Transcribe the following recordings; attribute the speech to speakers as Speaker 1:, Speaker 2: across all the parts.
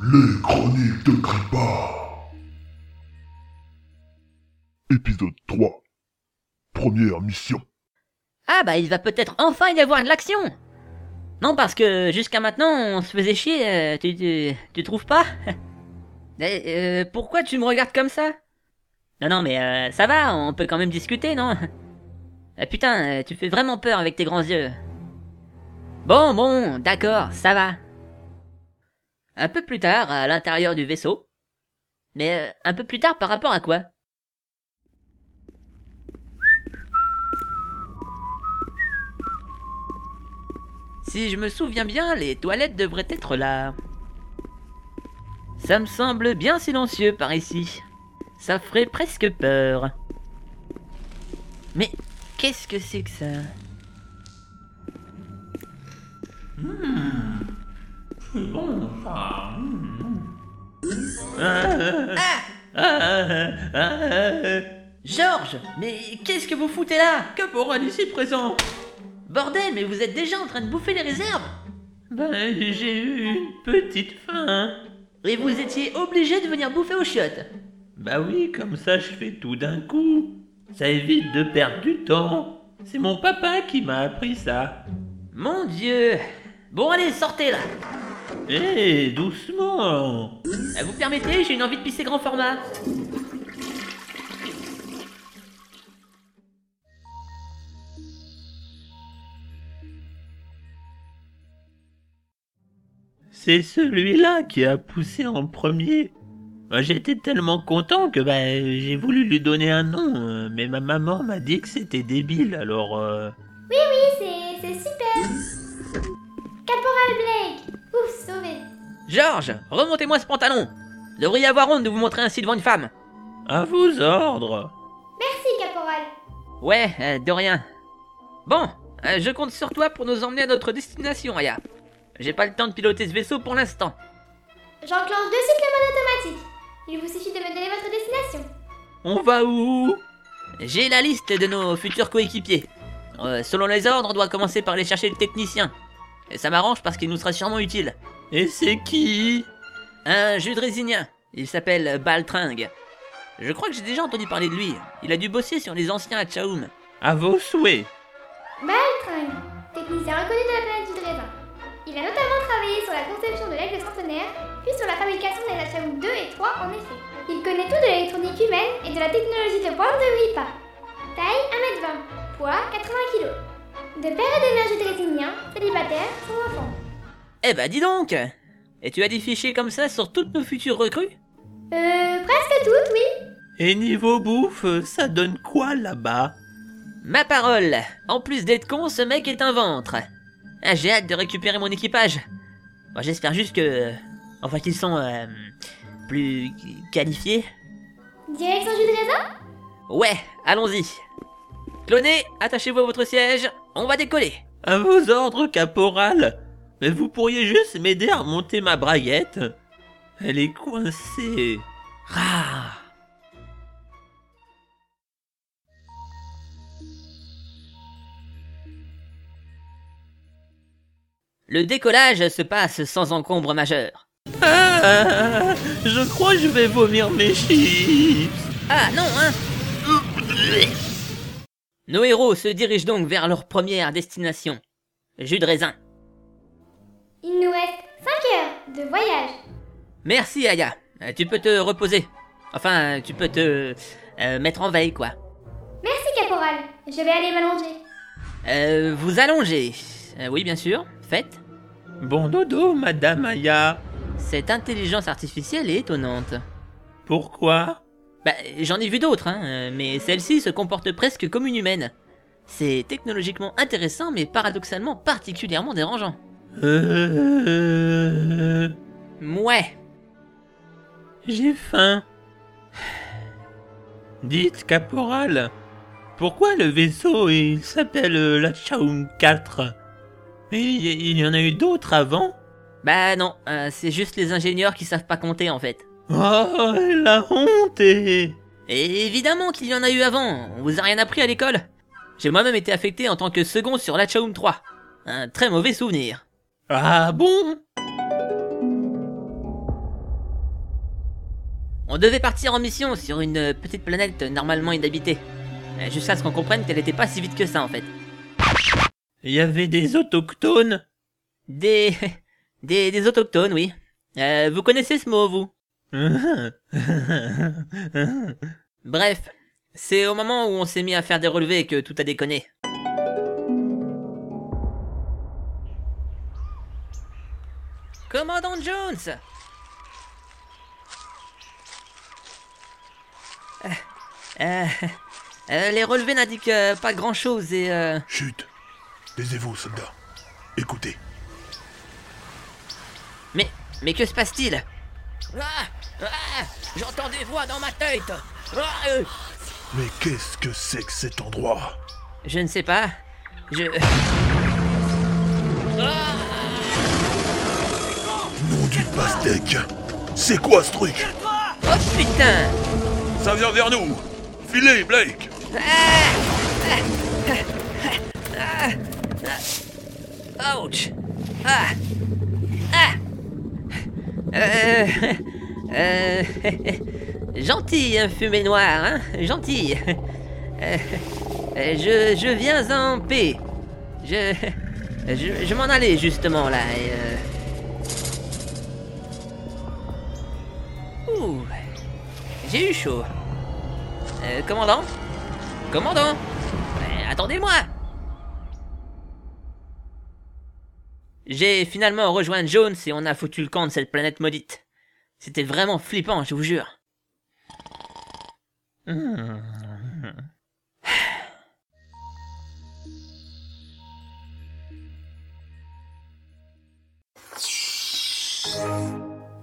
Speaker 1: Les chroniques de Grippa. Épisode 3. Première mission.
Speaker 2: Ah bah il va peut-être enfin y avoir de l'action Non parce que jusqu'à maintenant on se faisait chier, euh, tu, tu, tu trouves pas Eh, euh, Pourquoi tu me regardes comme ça Non non mais euh, ça va, on peut quand même discuter non Ah, Putain, euh, tu fais vraiment peur avec tes grands yeux. Bon bon, d'accord, ça va. Un peu plus tard, à l'intérieur du vaisseau. Mais euh, un peu plus tard par rapport à quoi Si je me souviens bien, les toilettes devraient être là. Ça me semble bien silencieux par ici. Ça ferait presque peur. Mais qu'est-ce que c'est que ça
Speaker 3: Bon, ça. hmm. Ah
Speaker 2: Georges, mais qu'est-ce que vous foutez là
Speaker 3: Caporal ici présent.
Speaker 2: Bordel, mais vous êtes déjà en train de bouffer les réserves
Speaker 3: Ben, j'ai eu une petite faim.
Speaker 2: Et vous étiez obligé de venir bouffer aux chiottes.
Speaker 3: Bah oui, comme ça je fais tout d'un coup. Ça évite de perdre du temps. C'est mon papa qui m'a appris ça.
Speaker 2: Mon dieu Bon allez, sortez là
Speaker 3: Eh, doucement.
Speaker 2: Euh, Vous permettez, j'ai une envie de pisser grand format.
Speaker 3: C'est celui-là qui a poussé en premier. Moi, J'étais tellement content que bah, j'ai voulu lui donner un nom, euh, mais ma maman m'a dit que c'était débile, alors... euh,
Speaker 4: C'est c'est super Caporal Blake Ouf, sauvé
Speaker 2: Georges, remontez-moi ce pantalon Vous devriez avoir honte de vous montrer ainsi devant une femme
Speaker 3: À vos ordres
Speaker 4: Merci, Caporal
Speaker 2: Ouais, euh, de rien. Bon, euh, je compte sur toi pour nous emmener à notre destination, Aya. J'ai pas le temps de piloter ce vaisseau pour l'instant.
Speaker 4: J'enclenche de suite le mode automatique. Il vous suffit de me donner votre destination.
Speaker 3: On va où
Speaker 2: J'ai la liste de nos futurs coéquipiers. Euh, selon les ordres, on doit commencer par aller chercher le technicien. Et ça m'arrange parce qu'il nous sera sûrement utile.
Speaker 3: Et c'est qui
Speaker 2: Un jude résinien. Il s'appelle Baltringue. Je crois que j'ai déjà entendu parler de lui. Il a dû bosser sur les anciens à Tchaoum.
Speaker 3: À vos souhaits.
Speaker 4: Baltring, technicien reconnu de la planète du Drévin. Il a notamment travaillé sur la conception de l'aigle centenaire, puis sur la fabrication des Achaoum 2 et 3 en effet. Il connaît tout de l'électronique humaine et de la technologie de pointe de Wipa. Taille 1m20, poids 80 kg. De père et de mère judrésinien, célibataire, sans enfant.
Speaker 2: Eh bah dis donc Et tu as des fichiers comme ça sur toutes nos futures recrues
Speaker 4: Euh, presque toutes, oui.
Speaker 3: Et niveau bouffe, euh, ça donne quoi là-bas
Speaker 2: Ma parole En plus d'être con, ce mec est un ventre Ah, J'ai hâte de récupérer mon équipage Bon, J'espère juste que... Enfin qu'ils sont... euh, plus qualifiés.
Speaker 4: Direction jus de raisin
Speaker 2: Ouais, allons-y Clonez, attachez-vous à votre siège, on va décoller
Speaker 3: À vos ordres, caporal. Mais vous pourriez juste m'aider à remonter ma braguette. Elle est coincée.
Speaker 2: Ah. Le décollage se passe sans encombre majeur.
Speaker 3: Ah, je crois que je vais vomir mes chips.
Speaker 2: Ah non, hein Nos héros se dirigent donc vers leur première destination, jus de raisin.
Speaker 4: Il nous reste 5 heures de voyage.
Speaker 2: Merci Aya, Euh, tu peux te reposer. Enfin, tu peux te euh, mettre en veille quoi.
Speaker 4: Merci, Caporal. Je vais aller m'allonger.
Speaker 2: Euh, vous allongez. Euh, oui bien sûr, faites.
Speaker 3: Bon dodo, madame Aya.
Speaker 2: Cette intelligence artificielle est étonnante.
Speaker 3: Pourquoi
Speaker 2: Bah, j'en ai vu d'autres, hein, euh, mais celle-ci se comporte presque comme une humaine. C'est technologiquement intéressant, mais paradoxalement particulièrement dérangeant.
Speaker 3: Euh,
Speaker 2: Mouais.
Speaker 3: J'ai faim. Dites, caporal, pourquoi le vaisseau il s'appelle euh, la Chaum 4 Mais il y- il y en a eu d'autres avant
Speaker 2: Bah non, euh, c'est juste les ingénieurs qui savent pas compter en fait.
Speaker 3: Oh, la honte est...
Speaker 2: Et évidemment qu'il y en a eu avant, on vous a rien appris à l'école. J'ai moi-même été affecté en tant que second sur la Chaum 3. Un très mauvais souvenir.
Speaker 3: Ah bon
Speaker 2: On devait partir en mission sur une petite planète normalement inhabitée. Euh, Jusqu'à ce qu'on comprenne qu'elle n'était pas si vite que ça en fait.
Speaker 3: Il y avait des autochtones
Speaker 2: Des. des, des autochtones, oui. Euh, vous connaissez ce mot, vous Bref, c'est au moment où on s'est mis à faire des relevés que tout a déconné. Commandant Jones Euh, euh, euh, Les relevés n'indiquent euh, pas grand-chose et... euh,
Speaker 1: Chut Taisez-vous, soldats. Écoutez.
Speaker 2: Mais, mais que se passe-t-il Ah, J'entends des voix dans ma tête Ah, euh.
Speaker 1: Mais qu'est-ce que c'est que cet endroit
Speaker 2: Je ne sais pas. Je... oh,
Speaker 1: Nom du pastèque C'est quoi ce truc
Speaker 2: Oh putain
Speaker 1: Ça vient vers nous Filez, Blake
Speaker 2: Ouch Ah Ah Euh... euh, Gentil, hein, fumée noire, hein Gentil Euh, euh, je, je viens en paix. Je... Je, je m'en allais justement là. et, euh. Ouh, j'ai eu chaud. Euh, commandant Commandant Euh, Attendez-moi J'ai finalement rejoint Jones et on a foutu le camp de cette planète maudite. C'était vraiment flippant, je vous jure.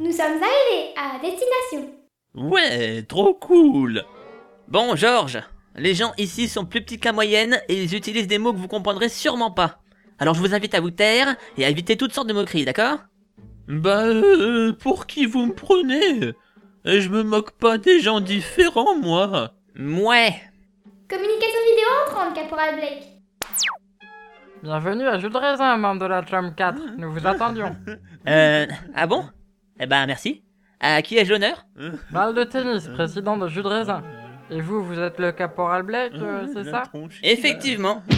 Speaker 4: Nous sommes arrivés à destination.
Speaker 3: Ouais, trop cool
Speaker 2: Bon, Georges, les gens ici sont plus petits qu'à moyenne et ils utilisent des mots que vous comprendrez sûrement pas. Alors je vous invite à vous taire et à éviter toutes sortes de moqueries, d'accord
Speaker 3: Bah, euh, pour qui vous me prenez Euh, Je me moque pas des gens différents, moi
Speaker 2: Mouais
Speaker 4: Communication vidéo entrante, Caporal Blake.
Speaker 5: Bienvenue à Jus de Raisin, membre de la Jump 4. Nous vous attendions.
Speaker 2: Euh... Ah bon Eh ben, merci. À qui ai-je l'honneur
Speaker 5: Balle de tennis, président de Jus de Raisin. Et vous, vous êtes le caporal Blake, euh, c'est
Speaker 3: La
Speaker 5: ça
Speaker 3: tronche qui
Speaker 2: Effectivement.
Speaker 3: va.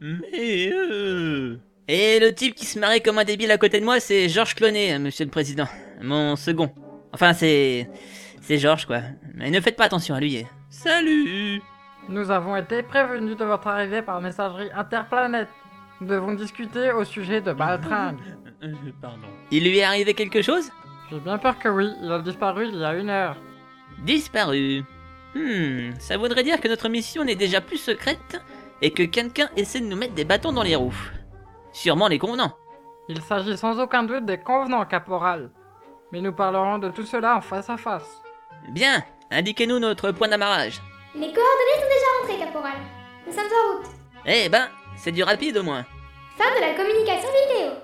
Speaker 3: Mais euh...
Speaker 2: Et le type qui se marrait comme un débile à côté de moi, c'est Georges Clonet, euh, monsieur le président. Mon second. Enfin, c'est... C'est Georges, quoi. Mais ne faites pas attention à lui.
Speaker 3: Salut
Speaker 5: Nous avons été prévenus de votre arrivée par messagerie interplanète. Nous devons discuter au sujet de Baltringue.
Speaker 3: Euh, Pardon.
Speaker 2: Il lui est arrivé quelque chose
Speaker 5: J'ai bien peur que oui, il a disparu il y a une heure.
Speaker 2: Disparu. Hmm, ça voudrait dire que notre mission n'est déjà plus secrète et que quelqu'un essaie de nous mettre des bâtons dans les roues. Sûrement les convenants.
Speaker 5: Il s'agit sans aucun doute des convenants, caporal. Mais nous parlerons de tout cela en face à face.
Speaker 2: Bien, indiquez-nous notre point d'amarrage.
Speaker 4: Les coordonnées sont déjà rentrées, Caporal. Nous sommes en route.
Speaker 2: Eh ben, c'est du rapide au moins.
Speaker 4: Fin de la communication vidéo.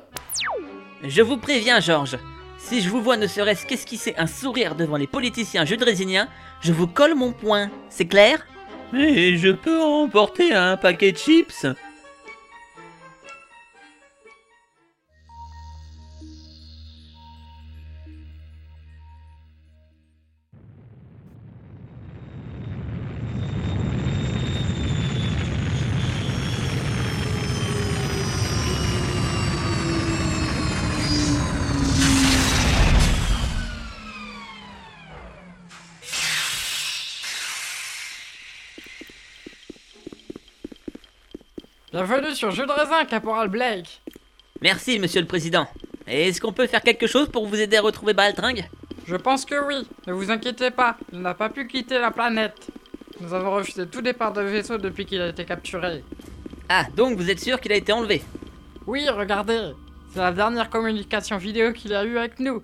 Speaker 2: Je vous préviens, Georges. Si je vous vois ne serait-ce qu'esquisser un sourire devant les politiciens judrésiniens, je vous colle mon poing. C'est clair
Speaker 3: Mais je peux emporter un paquet de chips
Speaker 5: Bienvenue sur Jus de Raisin, caporal Blake.
Speaker 2: Merci, monsieur le président. Et Est-ce qu'on peut faire quelque chose pour vous aider à retrouver Baltringue
Speaker 5: Je pense que oui, ne vous inquiétez pas, il n'a pas pu quitter la planète. Nous avons refusé tout départ de vaisseau depuis qu'il a été capturé.
Speaker 2: Ah, donc vous êtes sûr qu'il a été enlevé
Speaker 5: Oui, regardez, c'est la dernière communication vidéo qu'il a eue avec nous.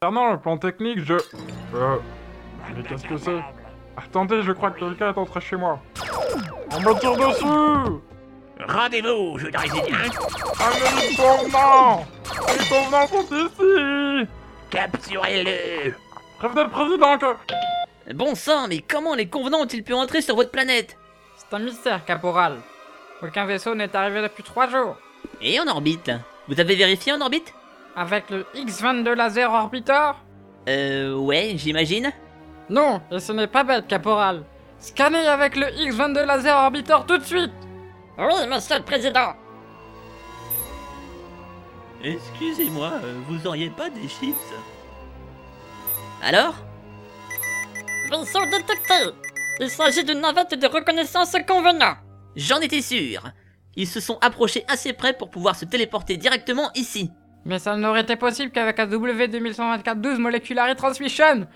Speaker 6: Concernant le plan technique, je... Euh... Mais qu'est-ce que c'est Ah, Attendez, je crois que quelqu'un est entré chez moi. On me tire dessus
Speaker 3: Rendez-vous, je
Speaker 6: Ah mais les convenants Les convenants sont ici
Speaker 3: Capturez-le
Speaker 6: Prévenez le président que...
Speaker 2: Bon sang, mais comment les convenants ont-ils pu entrer sur votre planète
Speaker 5: C'est un mystère, caporal. Aucun vaisseau n'est arrivé depuis trois jours.
Speaker 2: Et en orbite Vous avez vérifié en orbite
Speaker 5: Avec le X-22 laser orbitor
Speaker 2: Euh, ouais, j'imagine.
Speaker 5: Non, et ce n'est pas bête, caporal. Scannez avec le X-22 laser orbiteur tout de suite
Speaker 7: Oh,
Speaker 2: Oui, monsieur le président.
Speaker 3: Excusez-moi, euh, vous auriez pas des chips
Speaker 2: Alors
Speaker 7: Ils sont détectés. Il s'agit d'une navette de reconnaissance convenant.
Speaker 2: J'en étais sûr. Ils se sont approchés assez près pour pouvoir se téléporter directement ici.
Speaker 5: Mais ça n'aurait été possible qu'avec un W2124-12 Molecular Transmission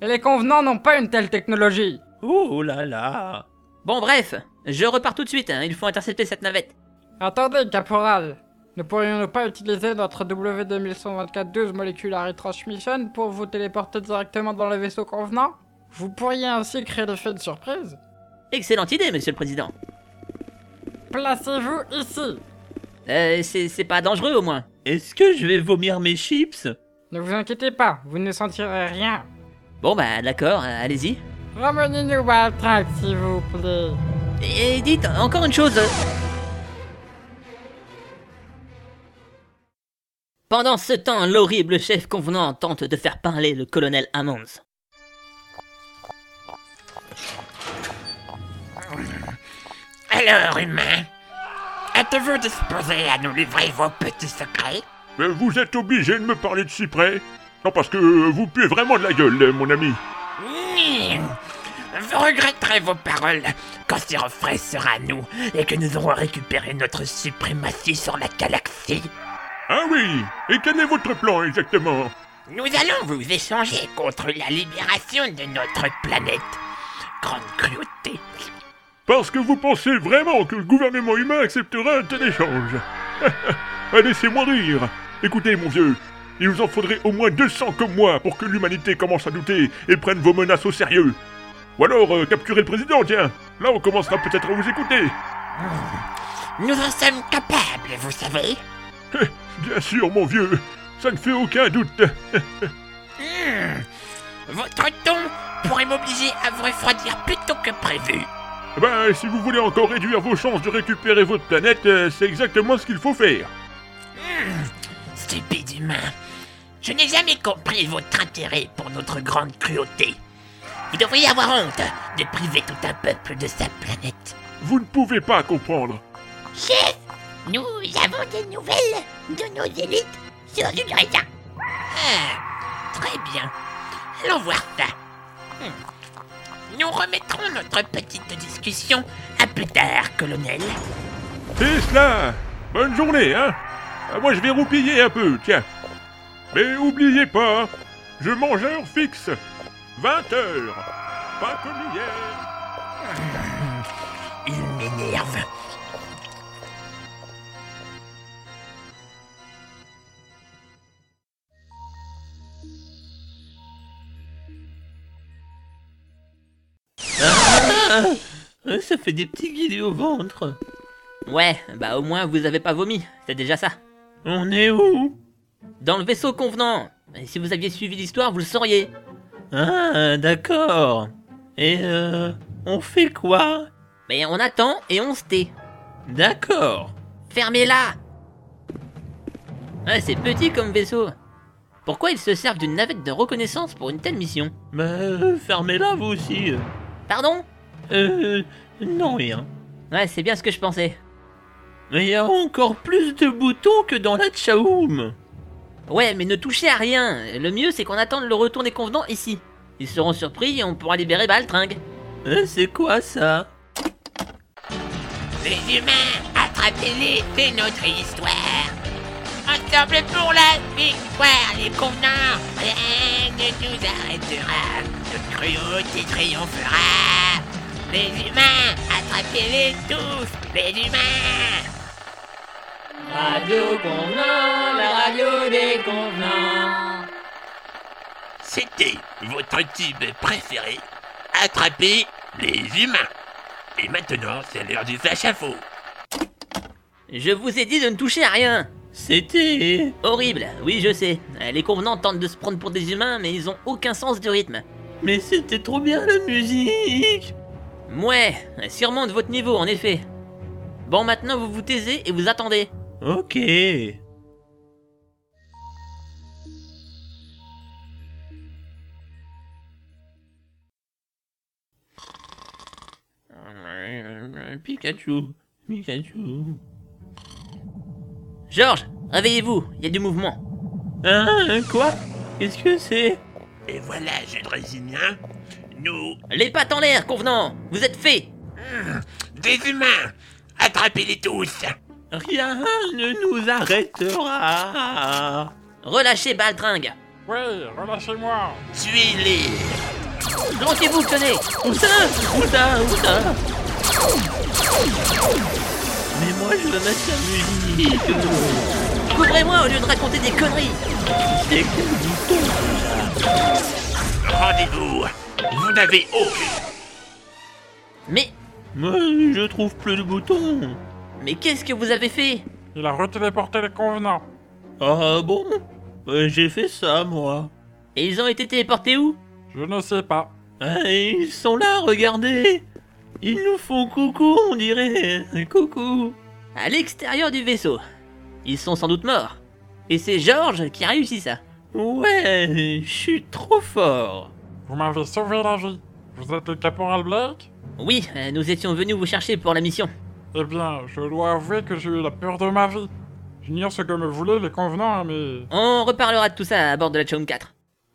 Speaker 5: Et les convenants n'ont pas une telle technologie
Speaker 3: Oh là là
Speaker 2: Bon bref, je repars tout de suite, hein, il faut intercepter cette navette.
Speaker 5: Attendez, caporal Ne pourrions-nous pas utiliser notre W2124-12 Molecular Transmission pour vous téléporter directement dans le vaisseau convenant Vous pourriez ainsi créer l'effet de surprise
Speaker 2: Excellente idée, monsieur le président.
Speaker 5: Placez-vous ici
Speaker 2: Euh, c'est c'est pas dangereux au moins.
Speaker 3: Est-ce que je vais vomir mes chips
Speaker 5: Ne vous inquiétez pas, vous ne sentirez rien
Speaker 2: Bon bah d'accord, euh, allez-y.
Speaker 5: Ramenez-nous à track, s'il vous plaît
Speaker 2: Et dites encore une chose. Pendant ce temps, l'horrible chef convenant tente de faire parler le colonel Ammons.
Speaker 8: Alors, humain, êtes-vous disposé à nous livrer vos petits secrets
Speaker 9: Mais vous êtes obligé de me parler de si près Non, parce que euh, vous puez vraiment de la gueule, euh, mon ami.
Speaker 8: Mmh. Vous regretterez vos paroles quand ces refrains sera à nous et que nous aurons récupéré notre suprématie sur la galaxie.
Speaker 9: Ah oui Et quel est votre plan exactement
Speaker 8: Nous allons vous échanger contre la libération de notre planète. Grande cruauté.
Speaker 9: Parce que vous pensez vraiment que le gouvernement humain acceptera un tel échange Ah, Laissez-moi rire Écoutez, mon vieux, il vous en faudrait au moins 200 comme moi pour que l'humanité commence à douter et prenne vos menaces au sérieux. Ou alors, euh, capturez le président, tiens Là, on commencera peut-être à vous écouter
Speaker 8: Nous en sommes capables, vous savez.
Speaker 9: Bien sûr, mon vieux Ça ne fait aucun doute
Speaker 8: Mmh. Votre ton pourrait m'obliger à vous refroidir plus tôt que prévu.
Speaker 9: Eh Ben, si vous voulez encore réduire vos chances de récupérer votre planète, euh, c'est exactement ce qu'il faut faire.
Speaker 8: Stupide humain, je n'ai jamais compris votre intérêt pour notre grande cruauté. Vous devriez avoir honte de priver tout un peuple de sa planète.
Speaker 9: Vous ne pouvez pas comprendre.
Speaker 8: Chef, nous avons des nouvelles de nos élites sur une région. Ah, très bien. Allons voir ça. Hmm. Nous remettrons notre petite discussion à plus tard, colonel.
Speaker 9: C'est cela Bonne journée, hein Ah, Moi, je vais roupiller un peu, tiens. Mais oubliez pas, je mange à heure fixe. 20 heures. Pas comme hier.
Speaker 8: Il m'énerve.
Speaker 3: Euh, Ça fait des petits guillis au ventre.
Speaker 2: Ouais, bah au moins vous avez pas vomi, c'est déjà ça.
Speaker 3: On est où
Speaker 2: Dans le vaisseau convenant. Et si vous aviez suivi l'histoire, vous le sauriez.
Speaker 3: Ah, d'accord. Et euh, on fait quoi
Speaker 2: Mais on attend et on se tait.
Speaker 3: D'accord.
Speaker 2: Fermez-la Ouais, c'est petit comme vaisseau. Pourquoi ils se servent d'une navette de reconnaissance pour une telle mission
Speaker 3: Bah, euh, fermez-la vous aussi.
Speaker 2: Pardon
Speaker 3: Euh, non rien.
Speaker 2: Ouais, c'est bien ce que je pensais.
Speaker 3: Mais il y a encore plus de boutons que dans la Tchaoum.
Speaker 2: Ouais, mais ne touchez à rien. Le mieux, c'est qu'on attende le retour des convenants ici. Ils seront surpris et on pourra libérer Baltringue.
Speaker 3: Euh, C'est quoi ça
Speaker 8: Les humains, attrapez-les, c'est notre histoire. Ensemble pour la victoire, les convenants, rien ne nous arrêtera. Notre cruauté triomphera. Les humains, attrapez-les tous, les humains.
Speaker 10: C'était votre type préféré. Attraper les humains. Et maintenant, c'est l'heure du flash info.
Speaker 2: Je vous ai dit de ne toucher à rien.
Speaker 3: C'était...
Speaker 2: Horrible, oui, je sais. Euh, Les convenants tentent de se prendre pour des humains, mais ils ont aucun sens du rythme.
Speaker 3: Mais c'était trop bien la musique
Speaker 2: Mouais, sûrement de votre niveau, en effet. Bon, maintenant, vous vous taisez et vous attendez.
Speaker 3: Ok. euh, Pikachu, Pikachu.
Speaker 2: Georges, réveillez-vous, il y a du mouvement.
Speaker 3: Hein Quoi Qu'est-ce que c'est
Speaker 10: Et voilà, jeu de résinien, nous,
Speaker 2: Les pattes en l'air, convenant Vous êtes faits
Speaker 10: des humains, attrapez-les tous
Speaker 3: Rien ne nous arrêtera.
Speaker 2: Relâchez Baldringue
Speaker 5: Oui, relâchez-moi
Speaker 10: Suis-les
Speaker 2: Lancez-vous, tenez
Speaker 3: Outa Outa Outa Mais moi je veux mettre la musique
Speaker 2: Couvrez-moi au lieu de raconter des conneries
Speaker 3: C'est que du temps
Speaker 10: Rendez-vous Vous n'avez aucune...
Speaker 2: Mais,
Speaker 3: Moi je trouve plus de bouton
Speaker 2: mais qu'est-ce que vous avez fait
Speaker 6: Il a retéléporté les convenants.
Speaker 3: Ah bon Euh, J'ai fait ça moi
Speaker 2: Et ils ont été téléportés où
Speaker 6: Je ne sais pas.
Speaker 3: Ah, Ils sont là, regardez Ils nous font coucou on dirait Coucou
Speaker 2: À l'extérieur du vaisseau. Ils sont sans doute morts. Et c'est Georges qui a réussi ça.
Speaker 3: Ouais, je suis trop fort
Speaker 6: Vous m'avez sauvé la vie. Vous êtes le caporal Blake
Speaker 2: Oui, euh, nous étions venus vous chercher pour la mission.
Speaker 6: Eh bien, je dois avouer que j'ai eu la peur de ma vie. J'ignore ce que me voulaient les convenants, hein, mais...
Speaker 2: On reparlera de tout ça à bord de la Chaume 4.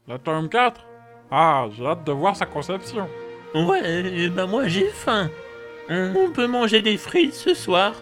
Speaker 6: La tome 4 Ah, j'ai hâte de voir sa conception.
Speaker 3: eh ben Ouais, bah moi j'ai faim On peut manger des frites ce soir